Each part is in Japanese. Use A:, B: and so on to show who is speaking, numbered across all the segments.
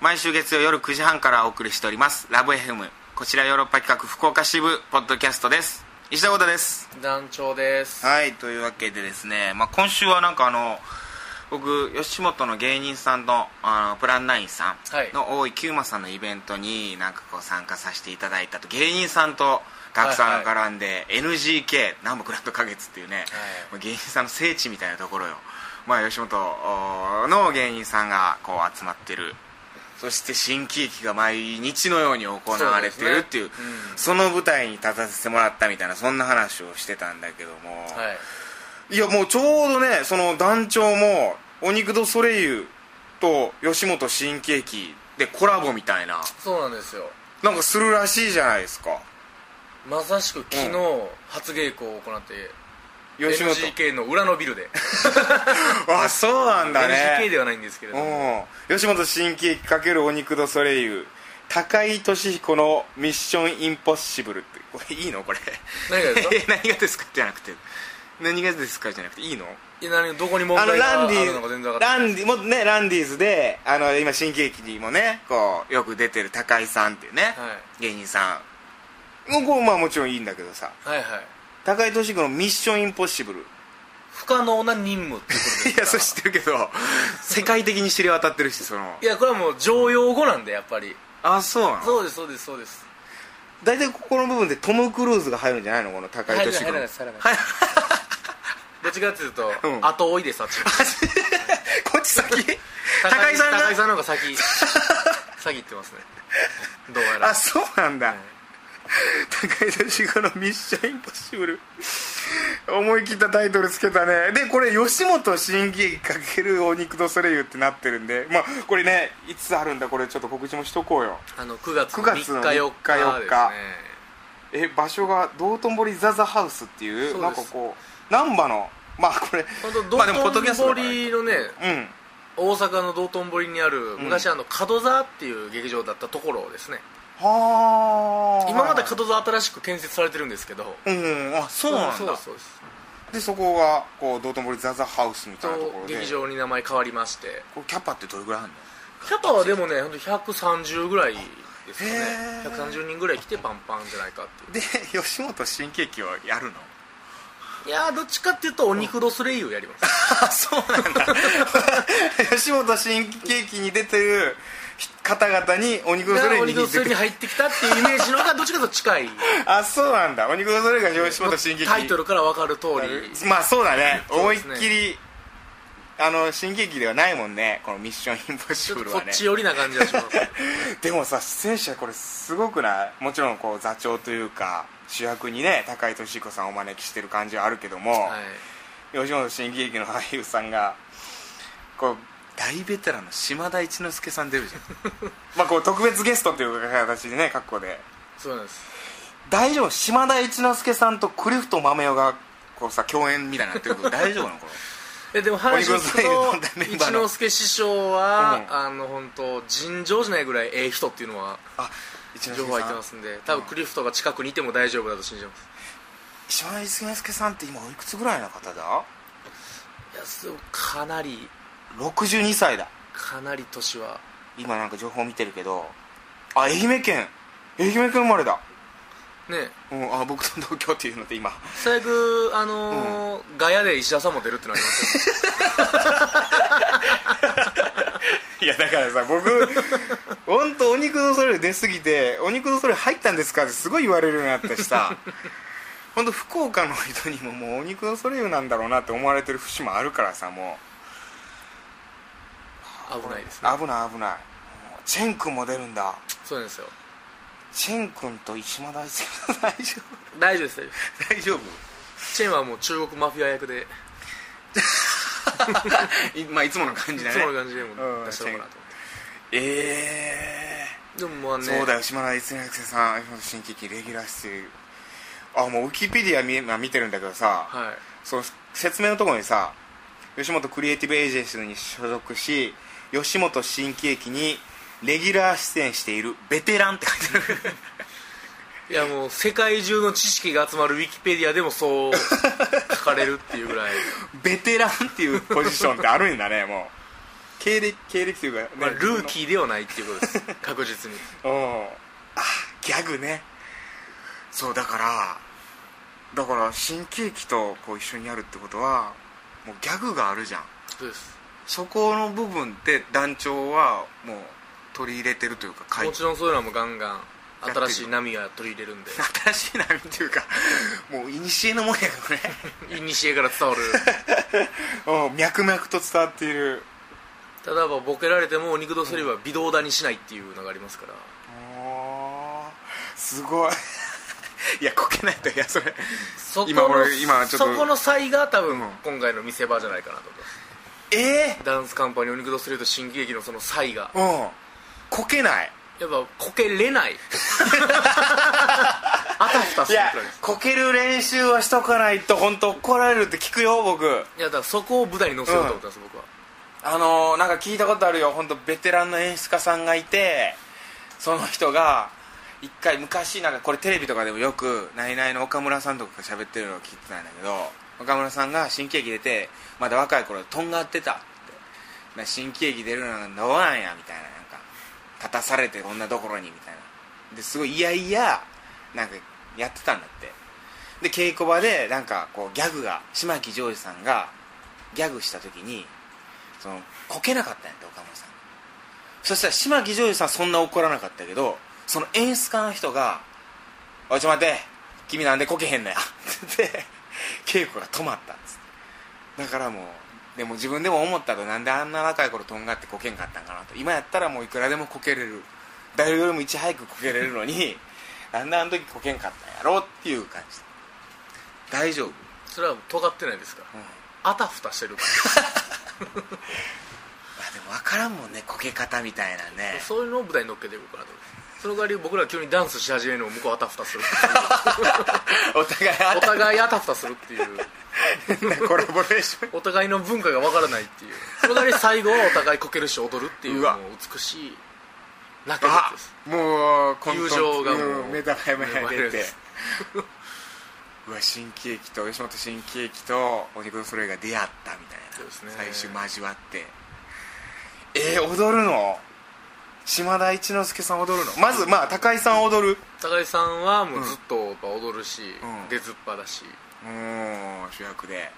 A: 毎週月曜夜9時半からお送りしておりますラブ FM こちらヨーロッパ企画福岡支部ポッドキャストです石田ことです
B: 団長です
A: はいというわけでですね、まあ、今週はなんかあの僕吉本の芸人さんのあのプランナインさ
B: はい
A: んの大井久馬さんのイベントになんかこう参加させていただいたと芸人さんとたくさん絡んで NGK 南北ランド花月っていうね、もう芸人さんの聖地みたいなところよ、まあ、吉本おーの芸人さんがこう集まってるそして新喜劇が毎日のように行われてるっていう
B: そうですねうん
A: その舞台に立たせてもらったみたいなそんな話をしてたんだけども、
B: はい
A: いやもうちょうどねその団長もお肉ドソレイユと吉本新喜劇でコラボみたいな
B: そうなんですよ
A: なんかするらしいじゃないですか
B: まさしく昨日初稽古を行って
A: 吉本
B: NGK の裏のビルで
A: あそうなんだね
B: NGK ではないんですけれども
A: うん吉本新喜劇×お肉ドソレイユ高井俊彦のミッションインポッシブルってこれいいのこれ
B: 何が ですか
A: 何がですかじゃなくて何がですかじゃなくていいの
B: いや何どこに問
A: あの
B: 題が
A: ラ
B: あ
A: ンディ
B: るのか全然分かってない
A: ランディもうねランディーズであの今新喜劇にもねこうよく出てる高井さんっていうね、芸人さんもうこうまあもちろんいいんだけどさ
B: はいはいはい
A: 高井俊彦の「ミッションインポッシブ ル」
B: 不可能な任務っていう ことです
A: い
B: か
A: やそれ知ってるけど世界的に知れ渡ってるしその
B: いやこれはもう常用語なんでやっぱり
A: あそうなの
B: そうですそうですそうです
A: 大体ここの部分でトム・クルーズが入るんじゃないのこの高井俊彦
B: 入らな
A: の
B: い入らない入らない どっちかっていうと
A: うん
B: 後追いですあっ ち
A: こっち先高井さん
B: 高井
A: が
B: さんの方が先先行ってますねどうやら
A: あそうなんだ高井俊彦の「ミッションインポッシブル」思い切ったタイトルつけたねでこれ吉本新喜劇×お肉とソレイユってなってるんでまあこれねいつあるんだこれちょっと告知もしとこうよ
B: あの9月
A: 9
B: の
A: 月の
B: 3日4日
A: 4日
B: ですね
A: え場所が道頓堀ザザハウスっていう
B: そうです
A: なんかこう難波のまあこれ
B: 本当
A: まあでもポッ
B: 道
A: ドキャ
B: 頓
A: ストだから
B: 堀のね
A: うん
B: 大阪の道頓堀にある昔あの角座っていう劇場だったところをですね
A: はあ
B: 今まで角座新しく建設されてるんですけど
A: うんあそうなんだ
B: そうです
A: でそこがこう道頓堀ザザハウスみたいなところ
B: と
A: で
B: 劇場に名前変わりまして
A: こうキャパってどれぐらいあるの
B: キャパはでもねほんと130ぐらいです
A: へー
B: かね130人ぐらい来てパンパンじゃないかっていう
A: で吉本新喜劇をやるの
B: いやーどっちかっていうとお肉ドスレイユをやります
A: あそうなんだ 吉本新喜劇に出てる方々にお肉のそ
B: が
A: れ
B: お
A: に
B: 肉ド
A: 似
B: ス
A: て
B: レイユ
A: る
B: に入ってきたっていうイメージの方がどっちかというと近い
A: あ そうなんだお肉のそれが吉本新喜劇
B: タイトルから分かる通り
A: まあそうだね
B: そ
A: 思
B: う
A: い
B: で
A: っ
B: すね
A: きりあの新喜劇ではないもんねこの「ミッションインポッ
B: ち
A: シ
B: ょっ
A: ブ
B: と
A: ル」
B: こ
A: は
B: っ
A: ね
B: ち寄りな感じがし ます
A: でもさ出演者これすごくないもちろんこう座長というか主役にね高井俊彦さんをお招きしてる感じはあるけども、
B: はい、
A: 吉本新喜劇の俳優さんがこう大ベテランの島田一之輔さん出るじゃん まあこう特別ゲストっていう形でね格好で
B: そうなんです
A: 大丈夫島田一之輔さんとクリフト豆代がこうさ共演みたいになってるけど大丈夫なのこれ
B: えでも話を
A: 鬼越トマ
B: 聞くと
A: ホークのメンバー
B: 一
A: の
B: 之輔師匠は、
A: うん
B: あの本当尋常じゃないぐらいええ人っていうのは
A: あ一之
B: 情
A: 輔
B: 報入っ
A: さ
B: て
A: ん
B: ますんで多分クリフトが近くにいても大丈夫だと信じます
A: 島田一之輔さんって今おいくつぐらいの方だ
B: いやすごいかなり
A: 62歳だ
B: かなり年は
A: 今なんか情報見てるけどあ愛媛県愛媛県生まれだ、
B: ね
A: うん、あ僕と同居っていうので今
B: 最悪あのーガヤで石田さんも出るってなりますよ
A: いやだからさ僕本当お肉のそれ出すぎて「お肉のそれ入ったんですか?」ってすごい言われるようになったしさ本当福岡の人にももうお肉のそれなんだろうなって思われてる節もあるからさもう
B: 危ないですね
A: 危ない危ないもうチェン君も出るんだ
B: そうなんですよ
A: チェン君と石間大輔さん大丈
B: 大丈夫です大丈夫で
A: 夫大丈夫
B: すチェンはもう中国マフィア役で
A: い,、まあ、いつもの
B: い
A: 感じだ
B: つ
A: ね
B: もの感じで
A: うん
B: も出したのかなと思って
A: え
B: でもま
A: え
B: あね
A: そうだよ島田一之輔さん今の新喜劇レギュラー出演あもうウィキペディア見,、まあ、見てるんだけどさ、
B: はい
A: その説明のところにさ吉本クリエイティブエージェンシーに所属し吉本新喜劇にレギュラー出演しているベテランって書い てある
B: いやもう世界中の知識が集まるウィキペディアでもそう 書かれるっていうぐらい
A: ベテランっていうポジションってあるんだねもう経歴経歴というか、
B: まあ、ルーキーではないっていうことです 確実に
A: ーうんあギャグねそうだからだから新喜劇とこう一緒にやるってことはもうギャグがあるじゃん
B: そうです
A: そこの部分って団長はもう取り入れてるというか書い
B: も
A: て
B: ちろんそういうのもガンガン
A: やってる
B: 新しい波が取り入れるんで
A: 新しい波というかもういにしえのもんやからね
B: 古から 伝わる
A: うん脈々と伝わっている
B: ただまあボケられてもお肉とすれば微動だにしないっていうのがありますから
A: おーすごい いやこけないといやそれ
B: そこの
A: 今俺今ちょっと
B: そこの差異が多分
A: うん
B: 今回の見せ場じゃないかなと思います
A: え
B: ダンスカンパニーお肉とすると新喜劇のその差異が
A: えうんこけない
B: やっぱこけれない あたふた
A: い
B: する
A: や
B: くらいです
A: こける練習はしとかないと本当怒られるって聞くよ僕
B: いやだからそこを舞台に乗せようと思ったんです、僕は
A: あのーなんか聞いたことあるよ本当ベテランの演出家さんがいてその人が一回昔なんかこれテレビとかでもよくナイナイの岡村さんとかが喋ってるのを聞いてたんだけど岡村さんが新喜劇出てまだ若い頃とんがってたってな新喜劇出るのなんどうなんやみたいななんか立たされてこんなところにみたいなですごいいやいやなんかやってたんだってで稽古場でなんかこうギャグが島木ジョージさんがギャグした時にそのこけなかったんやって岡村さんそしたら島木ジョージさんそんな怒らなかったけどその演出家の人が「おいちょっと待って君なんでこけへんのや」って言って稽古が止まったっつってだからもうでも自分でも思ったとなんであんな若い頃とんがってこけんかったんかなと今やったらもういくらでもこけれる誰よりもいち早くこけれるのに なんであの時こけんかったんやろっていう感じ大丈夫、
B: それは尖ってないですから
A: うん
B: あたふたしてるか
A: まあでも分からんもんねこけ方みたいなね
B: らそういうのを舞台に乗っけていこうかなと思いますその代わり僕ら急にダンスし始めるのを向こうあたふたする
A: お互いあ
B: お互いあたふたするっていう
A: 変なコラボレーション
B: お互いの文化がわからないっていうその代わり最後はお互いこけるし踊るってい
A: う
B: うもう
A: わ
B: 美しい仲良
A: あ
B: しです
A: もう混沌
B: 友情がもうん
A: 目玉山
B: 芽
A: や
B: 生える
A: 出
B: ん
A: て
B: です
A: うわ新喜劇と吉本新喜劇とお肉のそれが出会ったみたいな
B: そうですね
A: 最終交わってえー、踊るの島田一之輔さん踊るのまずまあ高井さん踊る
B: 高井さんはもうずっとやっぱ踊るし、
A: うん
B: 出ずっぱだし
A: うん主役で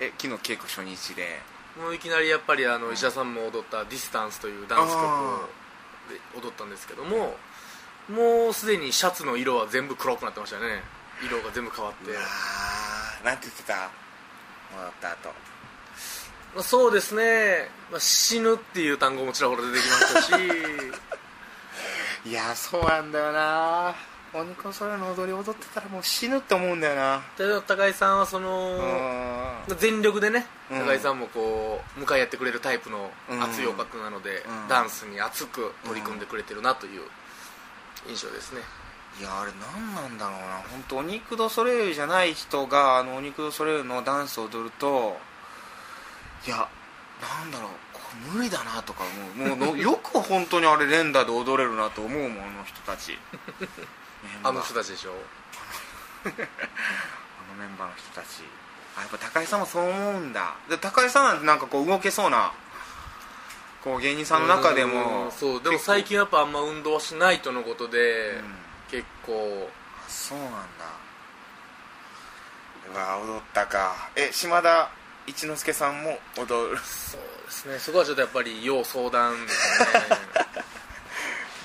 A: え昨日稽古初日で
B: もういきなりやっぱりあの石田さんも踊った「ディスタンスというダンス曲
A: あ
B: をで踊ったんですけどももうすでにシャツの色は全部黒くなってましたよね色が全部変わっ
A: う
B: て
A: わーなんて言ってた戻った後
B: まあ、そうですね、まあ、死ぬっていう単語もちらほら出てきました し
A: いやそうなんだよなお肉の空の踊り踊ってたらもう死ぬって思うんだよな
B: で高井さんはそうの
A: ん
B: 全力でね
A: うん
B: 高井さんもこう迎え合ってくれるタイプの
A: うん
B: 熱いおくなので、
A: うん
B: ダンスに熱く取り組んでくれてるなという印象ですね、
A: いやあれ何なんだろうな本当お肉ドソレイユじゃない人があのお肉ドソレイユのダンスを踊るといやなんだろうこれ無理だなとか思うもうのよく本当にあれ連打で踊れるなと思うもんあの人た ち
B: あの人たちでしょ
A: あのメンバーの人たちあやっぱ高井さんもそう思うんだで高井さんなんてなんかこう動けそうなこう芸人さんの中で
B: う
A: も
B: んそうでも最近やっぱあんま運動はしないとのことで、
A: うん
B: 結構
A: あそうなんだうわ踊ったかえ島田一之輔さんも 踊る
B: そうですねそこはちょっとやっぱり要相 談ですね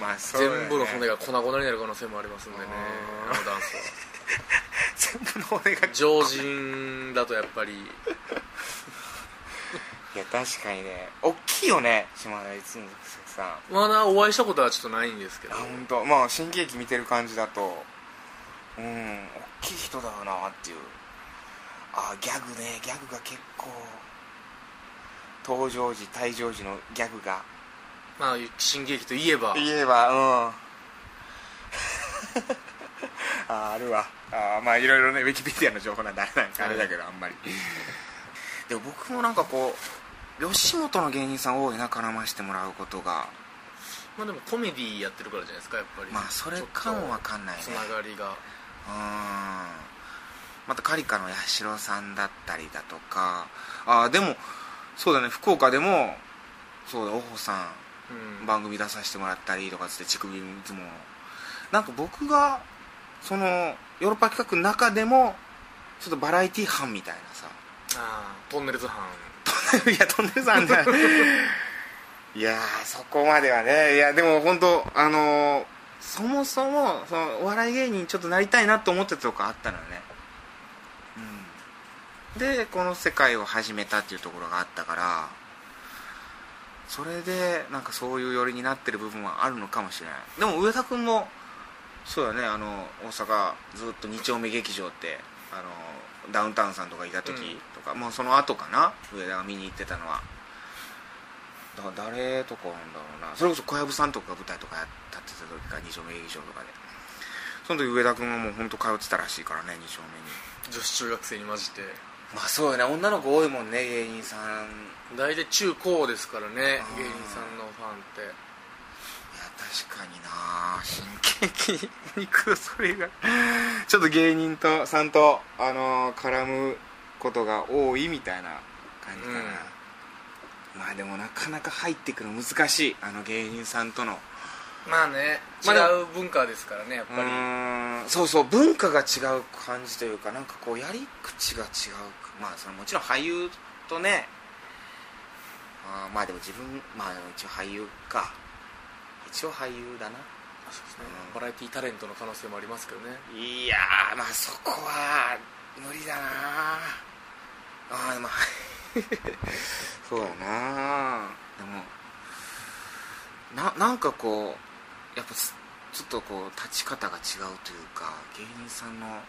A: まあ そうだよね
B: 全部の骨が粉々になる可能性もありますんでねあ
A: あ
B: のダンスは
A: 全部の骨が
B: 常人だとやっぱり
A: いや確かにね大きいよね島田一之輔さんあ
B: まだお会いしたことはちょっとないんですけど
A: 本当。まあ新喜劇見てる感じだとうん大きい人だよなっていうあギャグねギャグが結構登場時退場時のギャグが
B: まあ新喜劇といえば
A: 言えばうん ああるわあーまあいろいろねウィキペディアの情報なんであれなんかあれだけどあんまりでも僕もなんかこう吉本の芸人さん多いな絡ましてもらうことが
B: まあでもコメディやってるからじゃないですかやっぱり
A: まあそれかもわかんないね
B: つながりが
A: うんまたカリカの八代さんだったりだとかあーでもそうだね福岡でもそうだオホさ
B: うん
A: ん番組出させてもらったりとかつって乳首相撲なんか僕がそのヨーロッパ企画の中でもちょっとバラエティ班みたいなさ
B: あートンネルズ班
A: い やトンネルさんだいやーそこまではねいやでも本当あのーそもそもそのお笑い芸人にちょっとなりたいなと思ってたとこあったのよね、うん、でこの世界を始めたっていうところがあったからそれでなんかそういう寄りになってる部分はあるのかもしれないでも上田君もそうだねあの大阪ずっと2丁目劇場ってあのダウンタウンさんとかいた時とか、もうその後かな上田が見に行ってたのはだから誰とかなんだろうなそれこそ小籔さんとかが舞台とかやったってた時か2丁目劇場とかでその時上田君はもう本当通ってたらしいからね2丁目に
B: 女子中学生に混じって
A: まあそうよね女の子多いもんね芸人さんいや
B: 大体中高ですからね
A: あー
B: 芸人さんのファンって
A: 確かにな真剣に行くそれがちょっと芸人とさんと、あのー絡むことが多いみたいな感じかな、まあでもなかなか入ってくるの難しいあの芸人さんとの
B: まあね
A: まあでも
B: 違う文化ですからねやっ
A: う
B: ぱり
A: ーんそうそう文化が違う感じというかなんかこうやり口が違うまあそのもちろん俳優とねあーまあでも自分まあ一応俳優か一応俳優だな
B: そうですね
A: うん
B: バラエティタレントの可能性もありますけどね
A: いやーまあそこは無理だなあーまあ そうだなでもななんかこうやっぱすちょっとこう立ち方が違うというか芸人さんの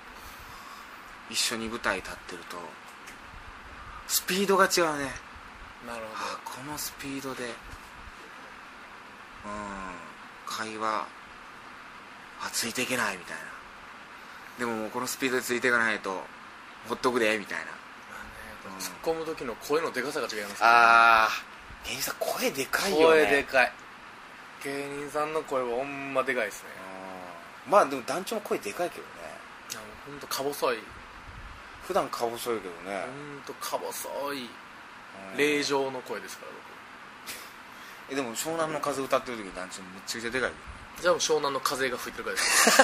A: 一緒に舞台立ってるとスピードが違うね
B: なる
A: あーこのスピードでうん会話あついていけないみたいなでももうこのスピードでついていかないとほっとくでみたいな
B: まあ
A: うん
B: ね突っ込む時の声のでかさが違いますから
A: ああ芸人さん声でかいよね
B: 声でかい芸人さんの声はほんまでかいですね
A: うんまあでも団長の声でかいけどね
B: いやもうほんとか細い
A: 普段顔細いけどね
B: ほ、んとか細い
A: うん
B: 霊場の声ですから
A: えでも湘南の風歌ってる時団長めっちゃくちゃでかいよ
B: 僕じゃあもう湘南の風が吹いてるからです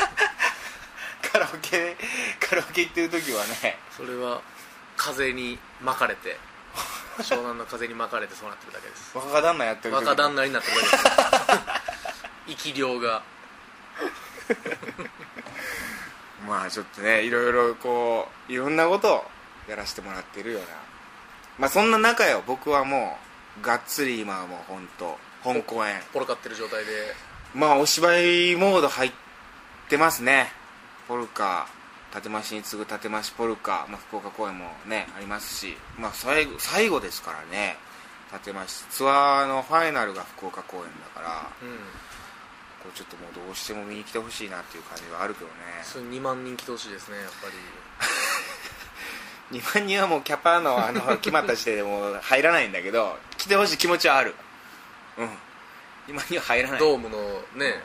A: カラオケカラオケ行ってる時はね
B: それは風に巻かれて湘南の風に巻かれてそうなってるだけです
A: 若旦那やってる時も
B: 若旦那になってるだけです 生き量が
A: まあちょっとねいろいろこういろんなことをやらせてもらってるようなまあそんな中よ僕はもうがっつり今はもう本当本公演
B: ポロかってる状態で
A: まあお芝居モード入ってますねポルカ建て増しに次ぐ建て増しポルカ、まあ、福岡公演もねありますし、まあ、最後最後ですからね建て増しツアーのファイナルが福岡公演だから
B: うん
A: こうちょっともうどうしても見に来てほしいなっていう感じはあるけどね
B: それ2万人来てほしいですねやっぱり
A: 2万人はもうキャパのあの決まった時点でもう入らないんだけど 来てほしい気持ちはあるうん2万人は入らない
B: ドームのね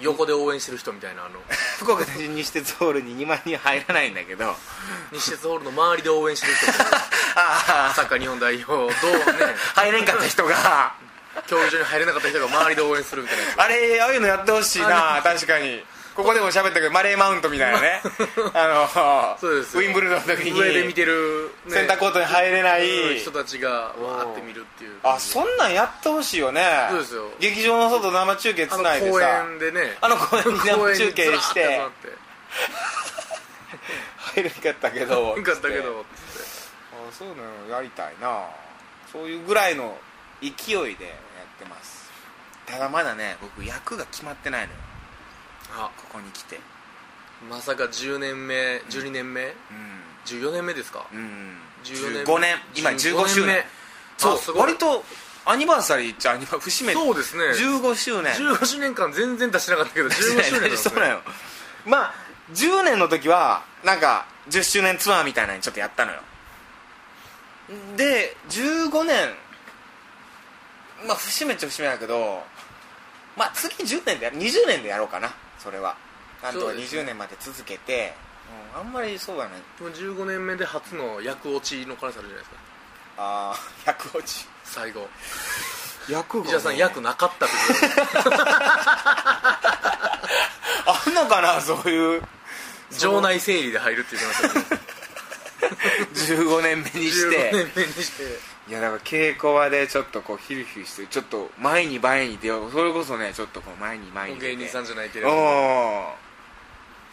B: 横で応援してる人みたいなあの
A: 福岡大臣西鉄ホールに2万人は入らないんだけど あ
B: 西鉄ホールの周りで応援してる人み たいな
A: あ
B: サッカー日本代表どうね
A: 入れんかった人 が
B: 競技場に入れなかった人が周りで応援するみたいなや
A: あれああいうのやってほしいな確かにここでも喋ったけどマレーマウントみたいな ねあの
B: そうです
A: ウィ
B: よ
A: ンブルドンの時に
B: 上で見てる、ね、
A: センターコートに入れない
B: うん人たちがわーって見るっていう
A: あそんなんやってほしいよね
B: そうですよ
A: 劇場の外生中継つ
B: あの
A: ないで
B: 公
A: さ
B: 園でね
A: あの公園に生中継し
B: 公園にずらーって集
A: て
B: まって
A: 入れんかったけ ど
B: よかったけど
A: つって
B: つって
A: あそうなのやりたいなそういうぐらいの勢いでやってますただまだね僕役が決まってないのよ
B: あ
A: ここに来て
B: まさか10年目12年目
A: う
B: 14年目ですか
A: ん、うん、
B: 14年
A: 15年今15周年そ
B: あ
A: う
B: すごい
A: 割とアニバーサリーっちゃアニバー節目
B: そうですね
A: 15周年
B: 15周年間全然出してなかったけど15周年 なんですね
A: そうなのまあ10年の時はなんか10周年ツアーみたいなのにちょっとやったのよで15年まあ節目っちゃ節目だけどまあ次10年でやる20年でやろうかなそれはなんとか
B: そうですね
A: 20年まで続けて、うんあんまりそうはない
B: でも15年目で初の役落ちの可能性あるじゃないですか
A: ああ150
B: 最後
A: 役
B: 石田さん役なかったってことで
A: あんのかなそう いう
B: 場内整理で入るって言ってましたけど
A: 15年目にし
B: 15
A: て
B: 年目にして
A: いやだから稽古場でちょっとこうヒリヒリしてちょっと前に前に出ようそれこそねちょっとこう前に前
B: も
A: に
B: う
A: 出て
B: 芸人さんじゃないけれ
A: お
B: ども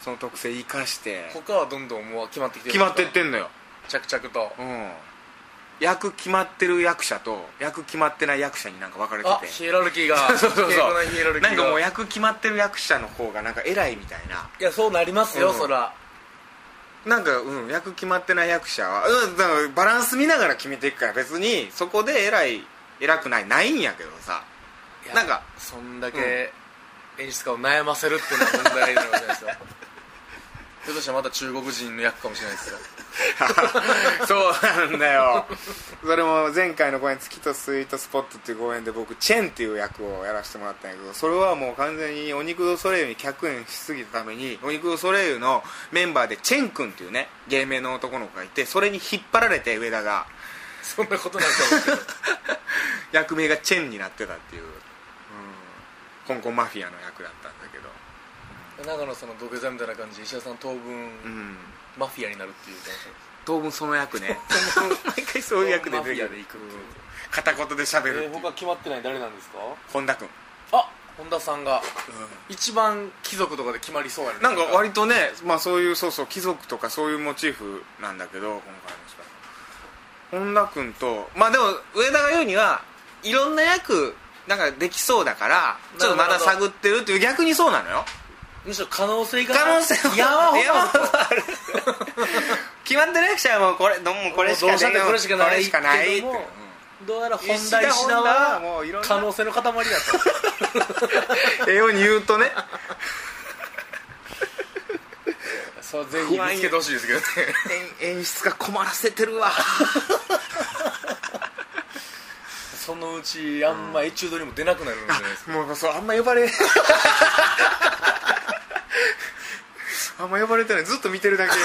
A: ーその特性生かして
B: 他はどんどんもう決まってきてる
A: 決まってってんのよ
B: 着々と
A: うん役決まってる役者と役決まってない役者になんか分かれて
B: あ
A: て
B: ヒエラルキーが
A: そうそう
B: 敬語
A: そ
B: なヒエラ
A: う
B: ルキーが
A: なんかもう役決まってる役者の方がなんか偉いみたいない
B: やそうなりますよ、
A: うん
B: そら
A: なんかうん役決まってない役者は、うん、だからバランス見ながら決めていくから別にそこで偉い偉くないないんやけどさ
B: いや
A: なんか
B: そんだけ演出家を悩ませるっていうのは問題なのかもしれないですよ ひょっとしたらまた中国人の役かもしれないですよ
A: そうなんだよそれも前回の公演「月とスイートスポット」っていう公演で僕チェンっていう役をやらせてもらったんやけどそれはもう完全にお肉ドソレイユに客演しすぎたためにお肉ドソレイユのメンバーでチェン君っていうね芸名の男の子がいてそれに引っ張られて上田が
B: そんなことないと思うけど
A: 役名がチェンになってたっていう、うん、香港マフィアの役だったんだけど
B: 長野さんの土下座みたいな感じで石田さん当分、
A: うん
B: マフィアになるっていう感
A: 当分その役ね 毎回そういう役で出て
B: マフィアで行くっていう
A: 片言で喋るっていう、
B: 決まってない誰なんですか
A: 本田君、
B: あ本田さんが一番貴族とかで決まりそうやね
A: なんか割とね、まあ、そういうそうそう貴族とかそういうモチーフなんだけど今回の芝居本田君とまあでも上田が言うにはいろんな役なんかできそうだからちょっとまだ探ってるっていう逆にそうなのよ
B: むしろ可能性が
A: 可能性
B: いやばほ
A: 山ほどある 決まってる役者はもうこれどうもこれしか
B: どうしたってこれしかない
A: これしかない
B: け
A: って
B: ども
A: うん
B: どうやら本
A: 石
B: 田
A: 田
B: 石田
A: 本田はもういろん
B: は
A: な
B: 可 能性の塊だと
A: ええように言う とね
B: そうぜひ見つけてほしいですけどね
A: 演演出が困らせてるわ
B: そのうちあんまエチュードにも出なくなるんじゃないです か
A: もうそうあんま呼ばれあんま呼ばれてないずっと見てるだけや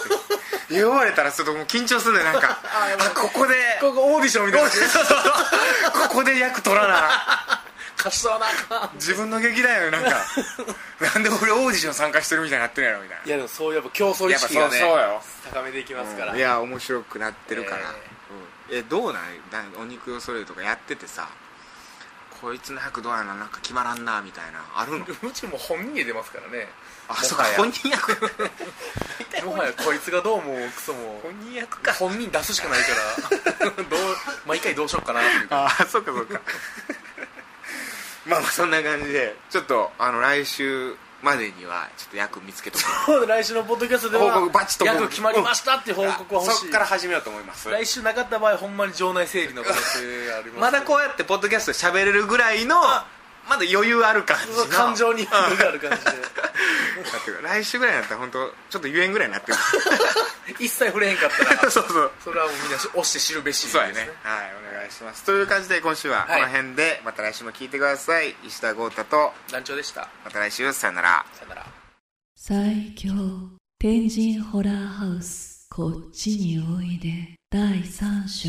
A: ってたら呼ばれたらちょっともう緊張するねなんか
B: あやばい
A: あここで
B: ここオーディションみたいな
A: ここで役取らな
B: 貸しそうなあかん
A: 自分の劇団よりなんかなんで俺オーディション参加してるみたいになってるやろみたい
B: いやでもそういうやっぱ競争意
A: やっぱ
B: 識
A: そ
B: が
A: う
B: ね
A: そうよ
B: 高めていきますから
A: ないや面白くなってるから、えどうなんだお肉よそれとかやっててさこいつの役どうやななんか決まらんなみたいなあるの
B: うちも本人で出ますからね
A: あ
B: もはや
A: そうか本人役
B: もはやこいつがどうもクソも
A: 人役
B: 本人出すしかない からどう毎回どうしようかなっていうか
A: ああそうかそうか まあまあそんな感じでちょっとあの来週までにはちょっと役見つけとく
B: 来週のポッドキャストで
A: 報告バチッと
B: は
A: 報告
B: 約決まりましたっていう報告は欲し
A: そ
B: い
A: っから始めようと思います
B: 来週なかった場合ほんまに場内整理の可能性があります
A: まだこうやってポッドキャストで喋れるぐらいのまだ余裕ある感じの
B: う感情に余裕がある 感
A: だって来週ぐらいになったら本当ちょっとゆえんぐらいになってる
B: じで一切触れへんかったら
A: そうそう
B: それはもうみんな押して知るべし
A: そうやねはいお願いしますという感じで今週はこ
B: はい
A: の辺で、また来週も聞いてください石田豪太と
B: 団長でした
A: また来週さよなら
B: さよなら
C: 最強天神ホラーハウスこっちにおいで第3章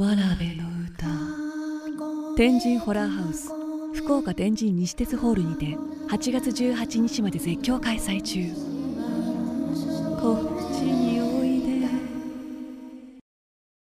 C: わらべの歌天神ホラーハウス福岡天神西鉄ホールにて8月18日まで絶叫開催中